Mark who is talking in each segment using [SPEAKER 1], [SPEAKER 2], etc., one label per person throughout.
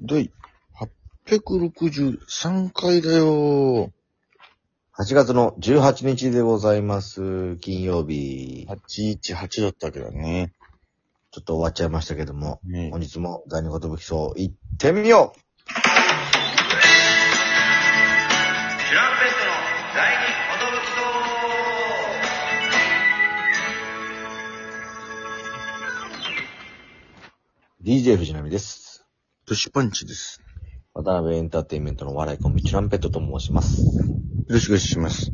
[SPEAKER 1] 第863回だよ。
[SPEAKER 2] 8月の18日でございます。金曜日。
[SPEAKER 1] 818だったわけだね。
[SPEAKER 2] ちょっと終わっちゃいましたけども、
[SPEAKER 1] ね
[SPEAKER 2] 本日も第二言武器層行ってみよう
[SPEAKER 3] トランペットの第二き
[SPEAKER 2] ！DJ 藤波です。
[SPEAKER 1] トシパンチです。
[SPEAKER 2] 渡辺エンターテインメントの笑いコンビ、チュランペットと申します。
[SPEAKER 1] よろしくお願いします。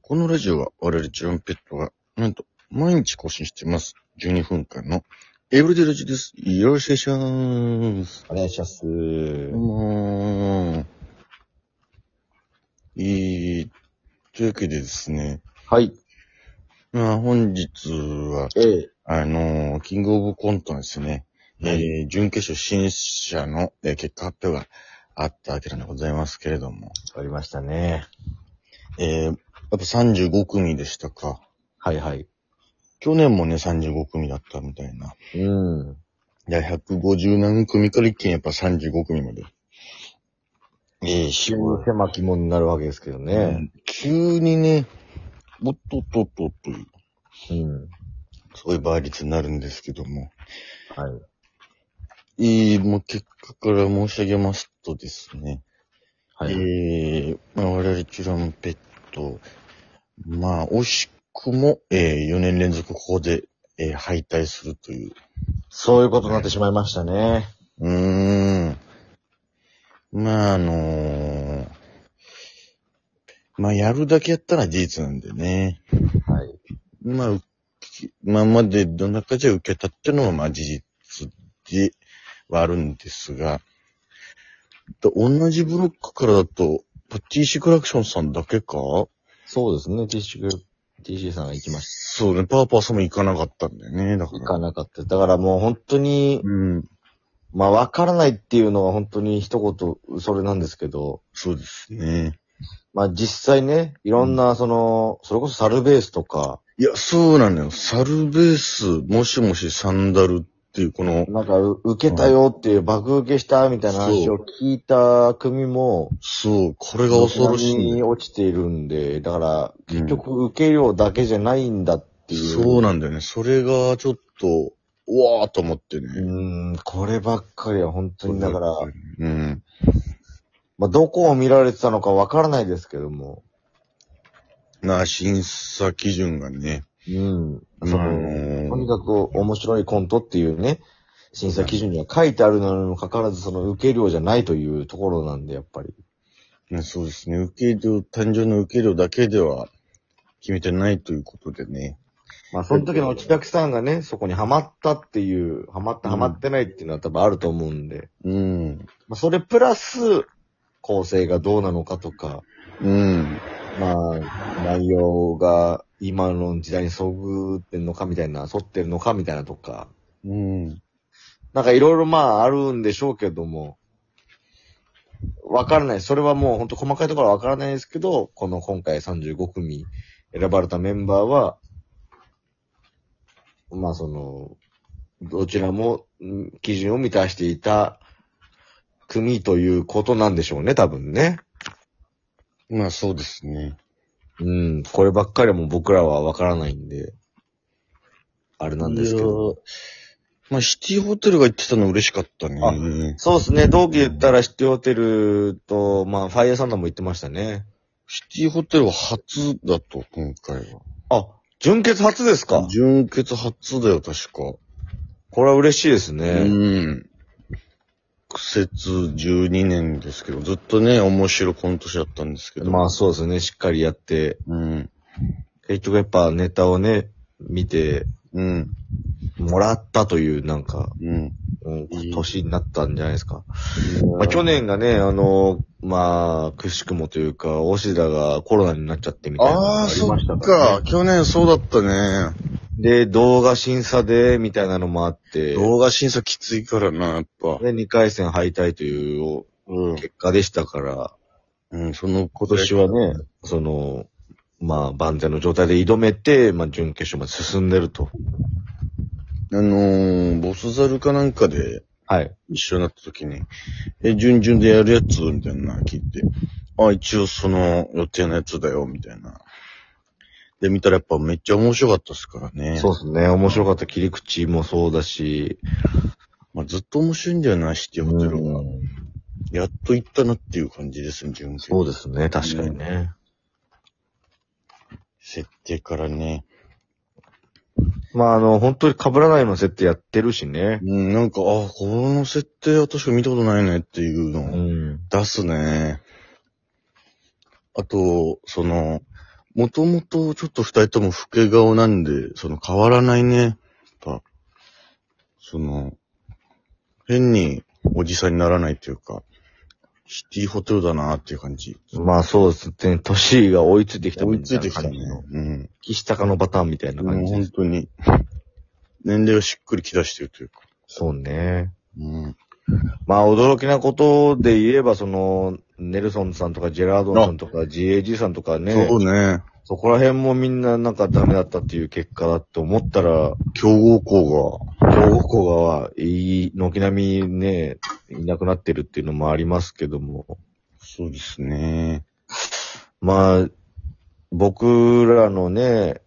[SPEAKER 1] このラジオは我々チュランペットが、なんと、毎日更新してます。12分間のエブリデイラジオです。よろしくお願いします。
[SPEAKER 2] お願いします。
[SPEAKER 1] もう、いい、というわけでですね。
[SPEAKER 2] はい。
[SPEAKER 1] まあ本日は、
[SPEAKER 2] ええ。
[SPEAKER 1] あのーキングオブコントのですね、えー準決勝進出者の、えー結果発表があったわけでございますけれども、
[SPEAKER 2] ありましたね。
[SPEAKER 1] えー、やっぱ35組でしたか。
[SPEAKER 2] はいはい。
[SPEAKER 1] 去年もね、35組だったみたいな。
[SPEAKER 2] うん。
[SPEAKER 1] で、150何組から一気にやっぱ35組まで。えー、し
[SPEAKER 2] 急に狭き門になるわけですけどね。
[SPEAKER 1] 急にね、おっとっとっとっという、
[SPEAKER 2] うん。
[SPEAKER 1] そういう倍率になるんですけども。
[SPEAKER 2] はい。
[SPEAKER 1] えー、もう結果から申し上げますとですね、
[SPEAKER 2] はい。
[SPEAKER 1] えー、まあ、我々チュランペット、まあ、惜しくも、えー、4年連続ここで、えー、敗退するという。
[SPEAKER 2] そういうことになってしまいましたね。
[SPEAKER 1] うーん。まあ、あのーまあ、やるだけやったら事実なんでね。
[SPEAKER 2] はい。
[SPEAKER 1] まあ、う今までどんな感じで受けたってのは、まあ、事実ではあるんですが、と同じブロックからだと、パッチーシクラクションさんだけか
[SPEAKER 2] そうですね。TC、TC さんが行きました。
[SPEAKER 1] そうね、パーパーさんも行かなかったんだよね、だか
[SPEAKER 2] 行
[SPEAKER 1] ら。
[SPEAKER 2] かなかった。だからもう本当に、
[SPEAKER 1] うん、
[SPEAKER 2] まあ、わからないっていうのは本当に一言、それなんですけど、
[SPEAKER 1] そうですね。
[SPEAKER 2] まあ、実際ね、いろんな、その、それこそサルベースとか、
[SPEAKER 1] いや、そうなのよ。サルベース、もしもしサンダルっていう、この、
[SPEAKER 2] なんか、う受けたよっていう、爆受けしたみたいな話を聞いた組も、
[SPEAKER 1] そう、これが恐ろしいんだ
[SPEAKER 2] に
[SPEAKER 1] よ。
[SPEAKER 2] 落ちているんで、だから、
[SPEAKER 1] うん
[SPEAKER 2] 結局、受け量だけじゃないんだっていう。
[SPEAKER 1] そうなんだよね。それがちょっと、うわーと思って
[SPEAKER 2] う
[SPEAKER 1] ね。
[SPEAKER 2] ん、こればっかりは本当に、だから、
[SPEAKER 1] うん。
[SPEAKER 2] まあ、どこを見られてたのかわからないですけども、
[SPEAKER 1] なあ、審査基準がね。
[SPEAKER 2] うん。
[SPEAKER 1] あ
[SPEAKER 2] そ
[SPEAKER 1] の
[SPEAKER 2] の、
[SPEAKER 1] ー
[SPEAKER 2] とにかく面白いコントっていうね、審査基準には書いてあるのにもかかわらず、その受け量じゃないというところなんで、やっぱり。
[SPEAKER 1] ねそうですね。受け量、単純な受け量だけでは決めてないということでね。
[SPEAKER 2] まあ、その時のお客さんがね、そこにハマったっていう、ハマった、ハマってないっていうのは多分あると思うんで、
[SPEAKER 1] うん。
[SPEAKER 2] まあ、それプラス、構成がどうなのかとか、
[SPEAKER 1] うん。
[SPEAKER 2] まあ、内容が今の時代にそぐってんのかみたいな、沿ってるのかみたいなとか、
[SPEAKER 1] うん。
[SPEAKER 2] なんかいろいろまああるんでしょうけども、わからない。それはもうほんと細かいところはわからないですけど、この今回35組選ばれたメンバーは、まあその、どちらもん基準を満たしていた組ということなんでしょうね、多分ね。
[SPEAKER 1] まあそうですね。
[SPEAKER 2] うん、こればっかりはもう僕らはわからないんで、あれなんですけど。
[SPEAKER 1] いやー。まあシティホテルが言ってたの嬉しかったね。
[SPEAKER 2] あそうですね、同期で言ったらシティホテルと、まあファイヤーサンダーも言ってましたね。
[SPEAKER 1] シティホテルは初だと、今回
[SPEAKER 2] あ、純潔初ですか
[SPEAKER 1] は。純潔初だよ、確か。
[SPEAKER 2] これは嬉しいですね。
[SPEAKER 1] うん。苦節12年ですけど、ずっとね、面白コント師だったんですけど。
[SPEAKER 2] まあそうですね、しっかりやって、
[SPEAKER 1] うん。
[SPEAKER 2] 結局やっぱネタをね、見て
[SPEAKER 1] うん。
[SPEAKER 2] もらったというなんか、
[SPEAKER 1] うん。
[SPEAKER 2] うん
[SPEAKER 1] いい
[SPEAKER 2] 年になったんじゃないですか。ま
[SPEAKER 1] ま
[SPEAKER 2] あ
[SPEAKER 1] あ、去
[SPEAKER 2] 去
[SPEAKER 1] 年、
[SPEAKER 2] 年がね、あの、まあ、くしくもというか、オシダがコロナになっちゃってみたいなのが
[SPEAKER 1] ああ、
[SPEAKER 2] り
[SPEAKER 1] そ
[SPEAKER 2] ました
[SPEAKER 1] っ
[SPEAKER 2] ら
[SPEAKER 1] か
[SPEAKER 2] ね。
[SPEAKER 1] 去年そうだったね。
[SPEAKER 2] で、動画審査で、みたいなのもあって、
[SPEAKER 1] 動画審査きついからな、やっぱ。
[SPEAKER 2] で、2回戦敗退という
[SPEAKER 1] うん。
[SPEAKER 2] 結果でしたから、
[SPEAKER 1] うん、その今
[SPEAKER 2] 今年はね、その、まあ、万全の状態で挑めて、まあ、準決勝まで進んでると。
[SPEAKER 1] あのー、ボスザルかなんかで、
[SPEAKER 2] はい。
[SPEAKER 1] 一緒になった時に、え、順々でやるやつみたいなの聞いて、あ、一応その予定のやつだよ、みたいな。で、見たらやっぱめっちゃ面白かったですからね。
[SPEAKER 2] そうですね。面白かった切り口もそうだし、
[SPEAKER 1] まあ、ずっと面白いんだよな、シティホテルは。やっと行ったなっていう感じですね、順々。
[SPEAKER 2] そうですね。確かにね。
[SPEAKER 1] 設定からね。
[SPEAKER 2] まあ、あの、本当に被らないような設定やってるしね。
[SPEAKER 1] うん、なんか、あ、この設定は確か見たことないねっていうのを。
[SPEAKER 2] ん。
[SPEAKER 1] 出すね。あと、その、もともとちょっと二人とも老け顔なんで、その変わらないね。やっぱ、その、変におじさんにならないというか、シティホテルだなっていう感じ。
[SPEAKER 2] まあそうですね。年が追いついてきた
[SPEAKER 1] 追
[SPEAKER 2] み
[SPEAKER 1] いついてきた
[SPEAKER 2] たい
[SPEAKER 1] ね
[SPEAKER 2] な感。
[SPEAKER 1] うん。
[SPEAKER 2] じ。岸高のパターンみたいな
[SPEAKER 1] も
[SPEAKER 2] 感
[SPEAKER 1] う
[SPEAKER 2] じ。
[SPEAKER 1] 本当に、年齢がしっくりきだしてるというか。
[SPEAKER 2] そうね。
[SPEAKER 1] うん。
[SPEAKER 2] まあ驚きなことで言えば、その、ネルソンさんとかジェラードンさんとか GAG さんとかね、
[SPEAKER 1] そうね。
[SPEAKER 2] そこら辺もみんななんかダメだったっていう結果だって思ったら、
[SPEAKER 1] 強豪校が、
[SPEAKER 2] 強豪校が、いい、軒並みね、いなくなってるっていうのもありますけども。
[SPEAKER 1] そうですね。
[SPEAKER 2] まあ、僕らのね、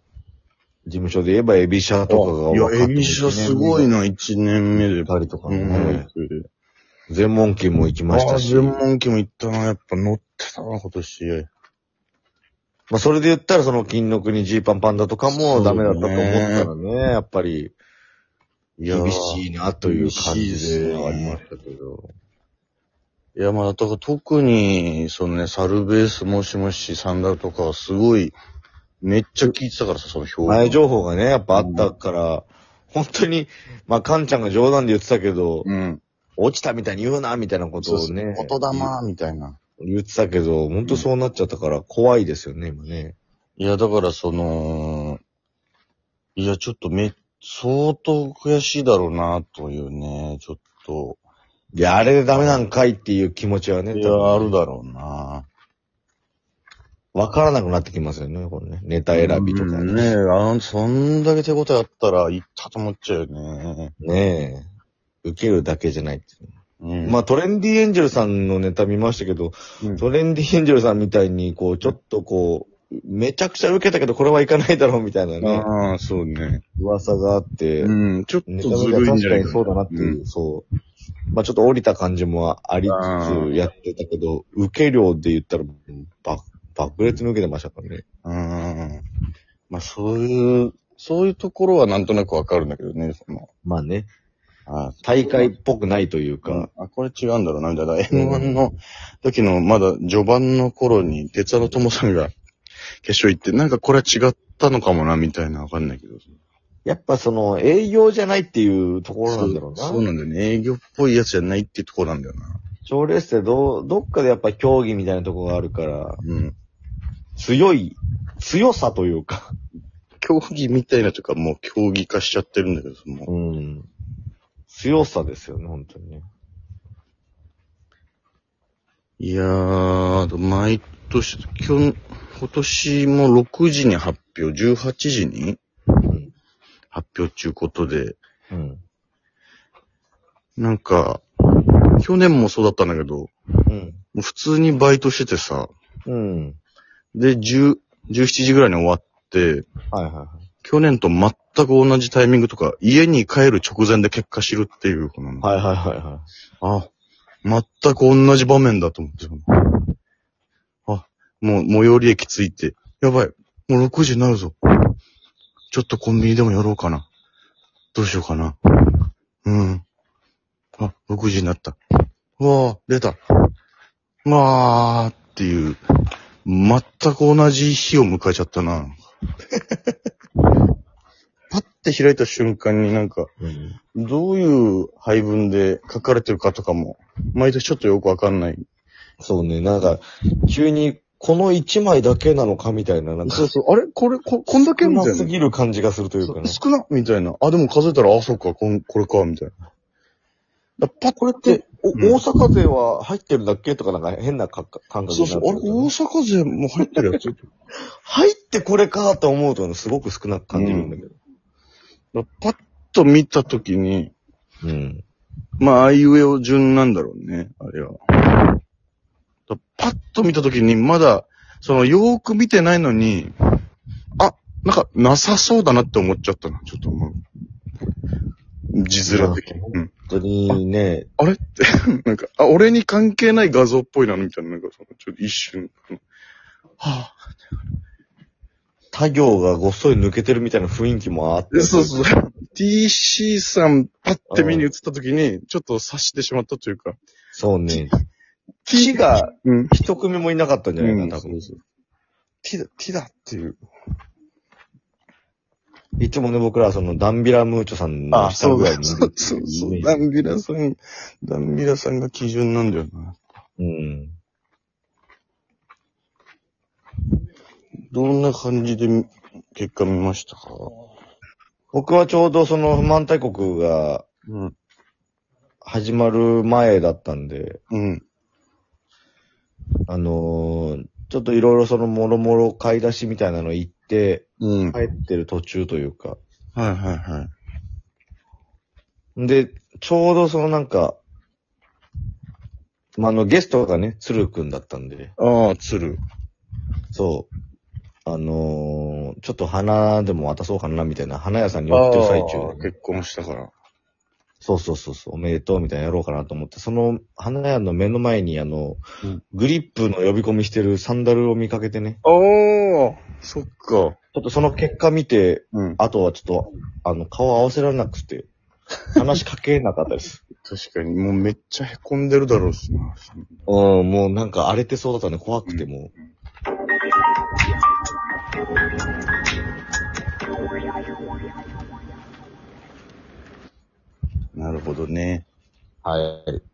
[SPEAKER 2] 事務所で言えばエビシャとかが
[SPEAKER 1] い
[SPEAKER 2] 分かって
[SPEAKER 1] や、
[SPEAKER 2] る
[SPEAKER 1] エビシャすごいな、一年目で。
[SPEAKER 2] 二人とか
[SPEAKER 1] う
[SPEAKER 2] ね。
[SPEAKER 1] ん。
[SPEAKER 2] 全問金も行きまし
[SPEAKER 1] ああ、
[SPEAKER 2] たし。
[SPEAKER 1] 全問機も行ったな。やっぱ乗ってたな、今年。
[SPEAKER 2] まあ、それで言ったら、その、金の国ジーパンパンダとかもダメだったと思ったら
[SPEAKER 1] そ
[SPEAKER 2] ね、やっぱり、
[SPEAKER 1] い
[SPEAKER 2] 厳し
[SPEAKER 1] い。
[SPEAKER 2] いなという感じではありましたけど。
[SPEAKER 1] いや、まあ、だから特に、そのね、サルベースもしもし、サンダルとかはすごい、めっちゃ聞いてたからさ、その評
[SPEAKER 2] 前
[SPEAKER 1] 価。
[SPEAKER 2] 情報がね、やっぱあったから、本当に、まあ、カンちゃんが冗談で言ってたけど、
[SPEAKER 1] うん。
[SPEAKER 2] 落ちたみたいに言うな、みたいなことをね、
[SPEAKER 1] 音玉みたいな。
[SPEAKER 2] 言ってたけど、本当そうなっちゃったから怖いですよね、今ね。
[SPEAKER 1] いや、だからその、いや、ちょっとめ、相当悔しいだろうな、というね、ちょっと。
[SPEAKER 2] いや、あれでダメなんかいっていう気持ちはね、
[SPEAKER 1] い
[SPEAKER 2] 多分
[SPEAKER 1] や、あるだろうな。
[SPEAKER 2] わからなくなってきますよね、これね。ネタ選びとか
[SPEAKER 1] うんねえ、
[SPEAKER 2] ね。
[SPEAKER 1] あの、そんだけ手応えあったら、行ったと思っちゃうよね。
[SPEAKER 2] ねえ。受けるだけじゃないっていう
[SPEAKER 1] うん。
[SPEAKER 2] まあトレンディエンジェルさんのネタ見ましたけど、
[SPEAKER 1] うん
[SPEAKER 2] トレンディエンジェルさんみたいに、こう、ちょっとこう、めちゃくちゃ受けたけど、これはいかないだろうみたいなね、
[SPEAKER 1] ああ、そうね。
[SPEAKER 2] 噂があって、
[SPEAKER 1] うん、ちょっと
[SPEAKER 2] ネ
[SPEAKER 1] ず
[SPEAKER 2] タ見
[SPEAKER 1] るい
[SPEAKER 2] が
[SPEAKER 1] んじ
[SPEAKER 2] 確
[SPEAKER 1] ゃな
[SPEAKER 2] か
[SPEAKER 1] い
[SPEAKER 2] にそうだなっていう、そう。まあちょっと降りた感じもありつつやってたけど、受け量で言ったら、ば爆裂に受けてましたからね。
[SPEAKER 1] うん。うんまあ、そういう、そういうところはなんとなくわかるんだけどね、その、
[SPEAKER 2] まあね、
[SPEAKER 1] あ
[SPEAKER 2] 大会っぽくないというか、
[SPEAKER 1] あ、あこれ違うんだろうな、みたいな。M1 の時の、まだ序盤の頃に、哲也の友さんが決勝行って、なんかこれは違ったのかもな、みたいなわかんないけど。
[SPEAKER 2] やっぱその営業じゃないっていうところなんだろうな。
[SPEAKER 1] そうそうなんだよね。営業っぽいやつじゃないっていうところなんだよな。
[SPEAKER 2] 賞レースってどう、どっかでやっぱ競技みたいなところがあるから、
[SPEAKER 1] うん。
[SPEAKER 2] 強い、強さというか。
[SPEAKER 1] 競技みたいなというか、もう競技化しちゃってるんだけど、も
[SPEAKER 2] うん。強さですよね、本当にね。
[SPEAKER 1] う。いやー、毎年、今日、今年も6時に発表、18時に
[SPEAKER 2] うん。
[SPEAKER 1] 発表ちゅうことで、
[SPEAKER 2] うん。
[SPEAKER 1] なんか、去年もそうだったんだけど、も
[SPEAKER 2] うん。
[SPEAKER 1] う普通にバイトしててさ、
[SPEAKER 2] うん。
[SPEAKER 1] で、10、17時ぐらいに終わって、
[SPEAKER 2] はいはいはい。
[SPEAKER 1] 去年と全く同じタイミングとか、家に帰る直前で結果知るっていう、この、
[SPEAKER 2] はいはいはいは
[SPEAKER 1] あ、全く同じ場面だと思ってたの。あ、もう最寄り駅着いて、やばい、もう6時になるぞ。ちょっとコンビニでも寄ろうかな。どうしようかな。うん。あ、6時になった。うわあ、出た。まあ、っていう、全く同じ日を迎えちゃったな。 パッて開いた瞬間になんか、
[SPEAKER 2] い。うん。
[SPEAKER 1] どういう配分で書かれてるかとかも、毎年ちょっとよくわかんない。
[SPEAKER 2] そうね、なんか、急に、この一枚だけなのかみたいな、なんか、
[SPEAKER 1] そうそう、あれこれ、こ、こんだけ
[SPEAKER 2] 少
[SPEAKER 1] み
[SPEAKER 2] な
[SPEAKER 1] たい
[SPEAKER 2] す
[SPEAKER 1] な。
[SPEAKER 2] ぎる感じがするというかね。
[SPEAKER 1] 少なみたいな。あ、でも数えたら、あ、そっか、こんこれか、みたいな。だパッこれっ
[SPEAKER 2] で
[SPEAKER 1] て、、
[SPEAKER 2] お
[SPEAKER 1] うん
[SPEAKER 2] 大阪勢は入ってるだっけとかなんか変なか感覚に
[SPEAKER 1] そ
[SPEAKER 2] な
[SPEAKER 1] う
[SPEAKER 2] る
[SPEAKER 1] そう、あれ、大阪勢も入ってる やつ
[SPEAKER 2] 入ってこれかと思うとね、すごく少なく感じるんだけど。
[SPEAKER 1] だパッと見たときに、
[SPEAKER 2] うん。
[SPEAKER 1] まあ、あいうえお順なんだろうね、あれは。とパッと見たときに、まだ、その、よーく見てないのに、あ、なんか、なさそうだなって思っちゃったな、ちょっともう。字面的に。うん
[SPEAKER 2] 本当にね、
[SPEAKER 1] あれって、なんか、あ、俺に関係ない画像っぽいな、みたいな、なんか、そのちょっと一瞬、は
[SPEAKER 2] 他行がごっそり抜けてるみたいな雰囲気もあって。
[SPEAKER 1] ぁ、そうそう。TC さん、パッて目に映った時に、ちょっと察してしまったというか。
[SPEAKER 2] そうね。木が
[SPEAKER 1] うん。
[SPEAKER 2] 一組もいなかったんじゃな
[SPEAKER 1] う
[SPEAKER 2] い
[SPEAKER 1] ん
[SPEAKER 2] か、多分。
[SPEAKER 1] そう手だ、手だっていう。
[SPEAKER 2] いつもね、僕らはそのダンビラムーチョさんの
[SPEAKER 1] あ、
[SPEAKER 2] 下
[SPEAKER 1] そう
[SPEAKER 2] ぐら
[SPEAKER 1] だ、
[SPEAKER 2] いにい
[SPEAKER 1] そ
[SPEAKER 2] る
[SPEAKER 1] うそうそ
[SPEAKER 2] イ
[SPEAKER 1] う。
[SPEAKER 2] メージ
[SPEAKER 1] ダンビラさん、ダンビラさんが基準なんだよな。
[SPEAKER 2] うん。
[SPEAKER 1] どんな感じで結果見ましたか
[SPEAKER 2] 僕はちょうどその不満大国が
[SPEAKER 1] うん。
[SPEAKER 2] 始まる前だったんで、
[SPEAKER 1] うん。
[SPEAKER 2] あのーちょっといろいろそのもろもろ買い出しみたいなの行って、
[SPEAKER 1] うん。はい
[SPEAKER 2] 帰ってる途中というか。
[SPEAKER 1] はいはい。
[SPEAKER 2] で、ちょうどそのなんか、まあ、あの、ゲストがね、鶴くんだったんで、
[SPEAKER 1] ああ、鶴。
[SPEAKER 2] そう。あのーちょっと花でも渡そうかな、みたいな、花屋さんに
[SPEAKER 1] あ
[SPEAKER 2] 寄ってる
[SPEAKER 1] あ
[SPEAKER 2] 最中で、
[SPEAKER 1] 結婚したから。
[SPEAKER 2] そうそうそうそう、おめでとう、みたいなやろうかなと思って、その花屋の目の前に、あの、
[SPEAKER 1] うん
[SPEAKER 2] グリップの呼び込みしてるサンダルを見かけてね、
[SPEAKER 1] ああ、そっか。
[SPEAKER 2] ちょっとその結果見て、
[SPEAKER 1] うん。
[SPEAKER 2] あとはちょっと、あの、顔合わせられなくて、話しかけなかったです。
[SPEAKER 1] 確かに、もうめっちゃ凹んでるだろうしな。
[SPEAKER 2] うん、もうなんか荒れてそうだったね、怖くてもう。
[SPEAKER 1] なるほどね。
[SPEAKER 2] はい。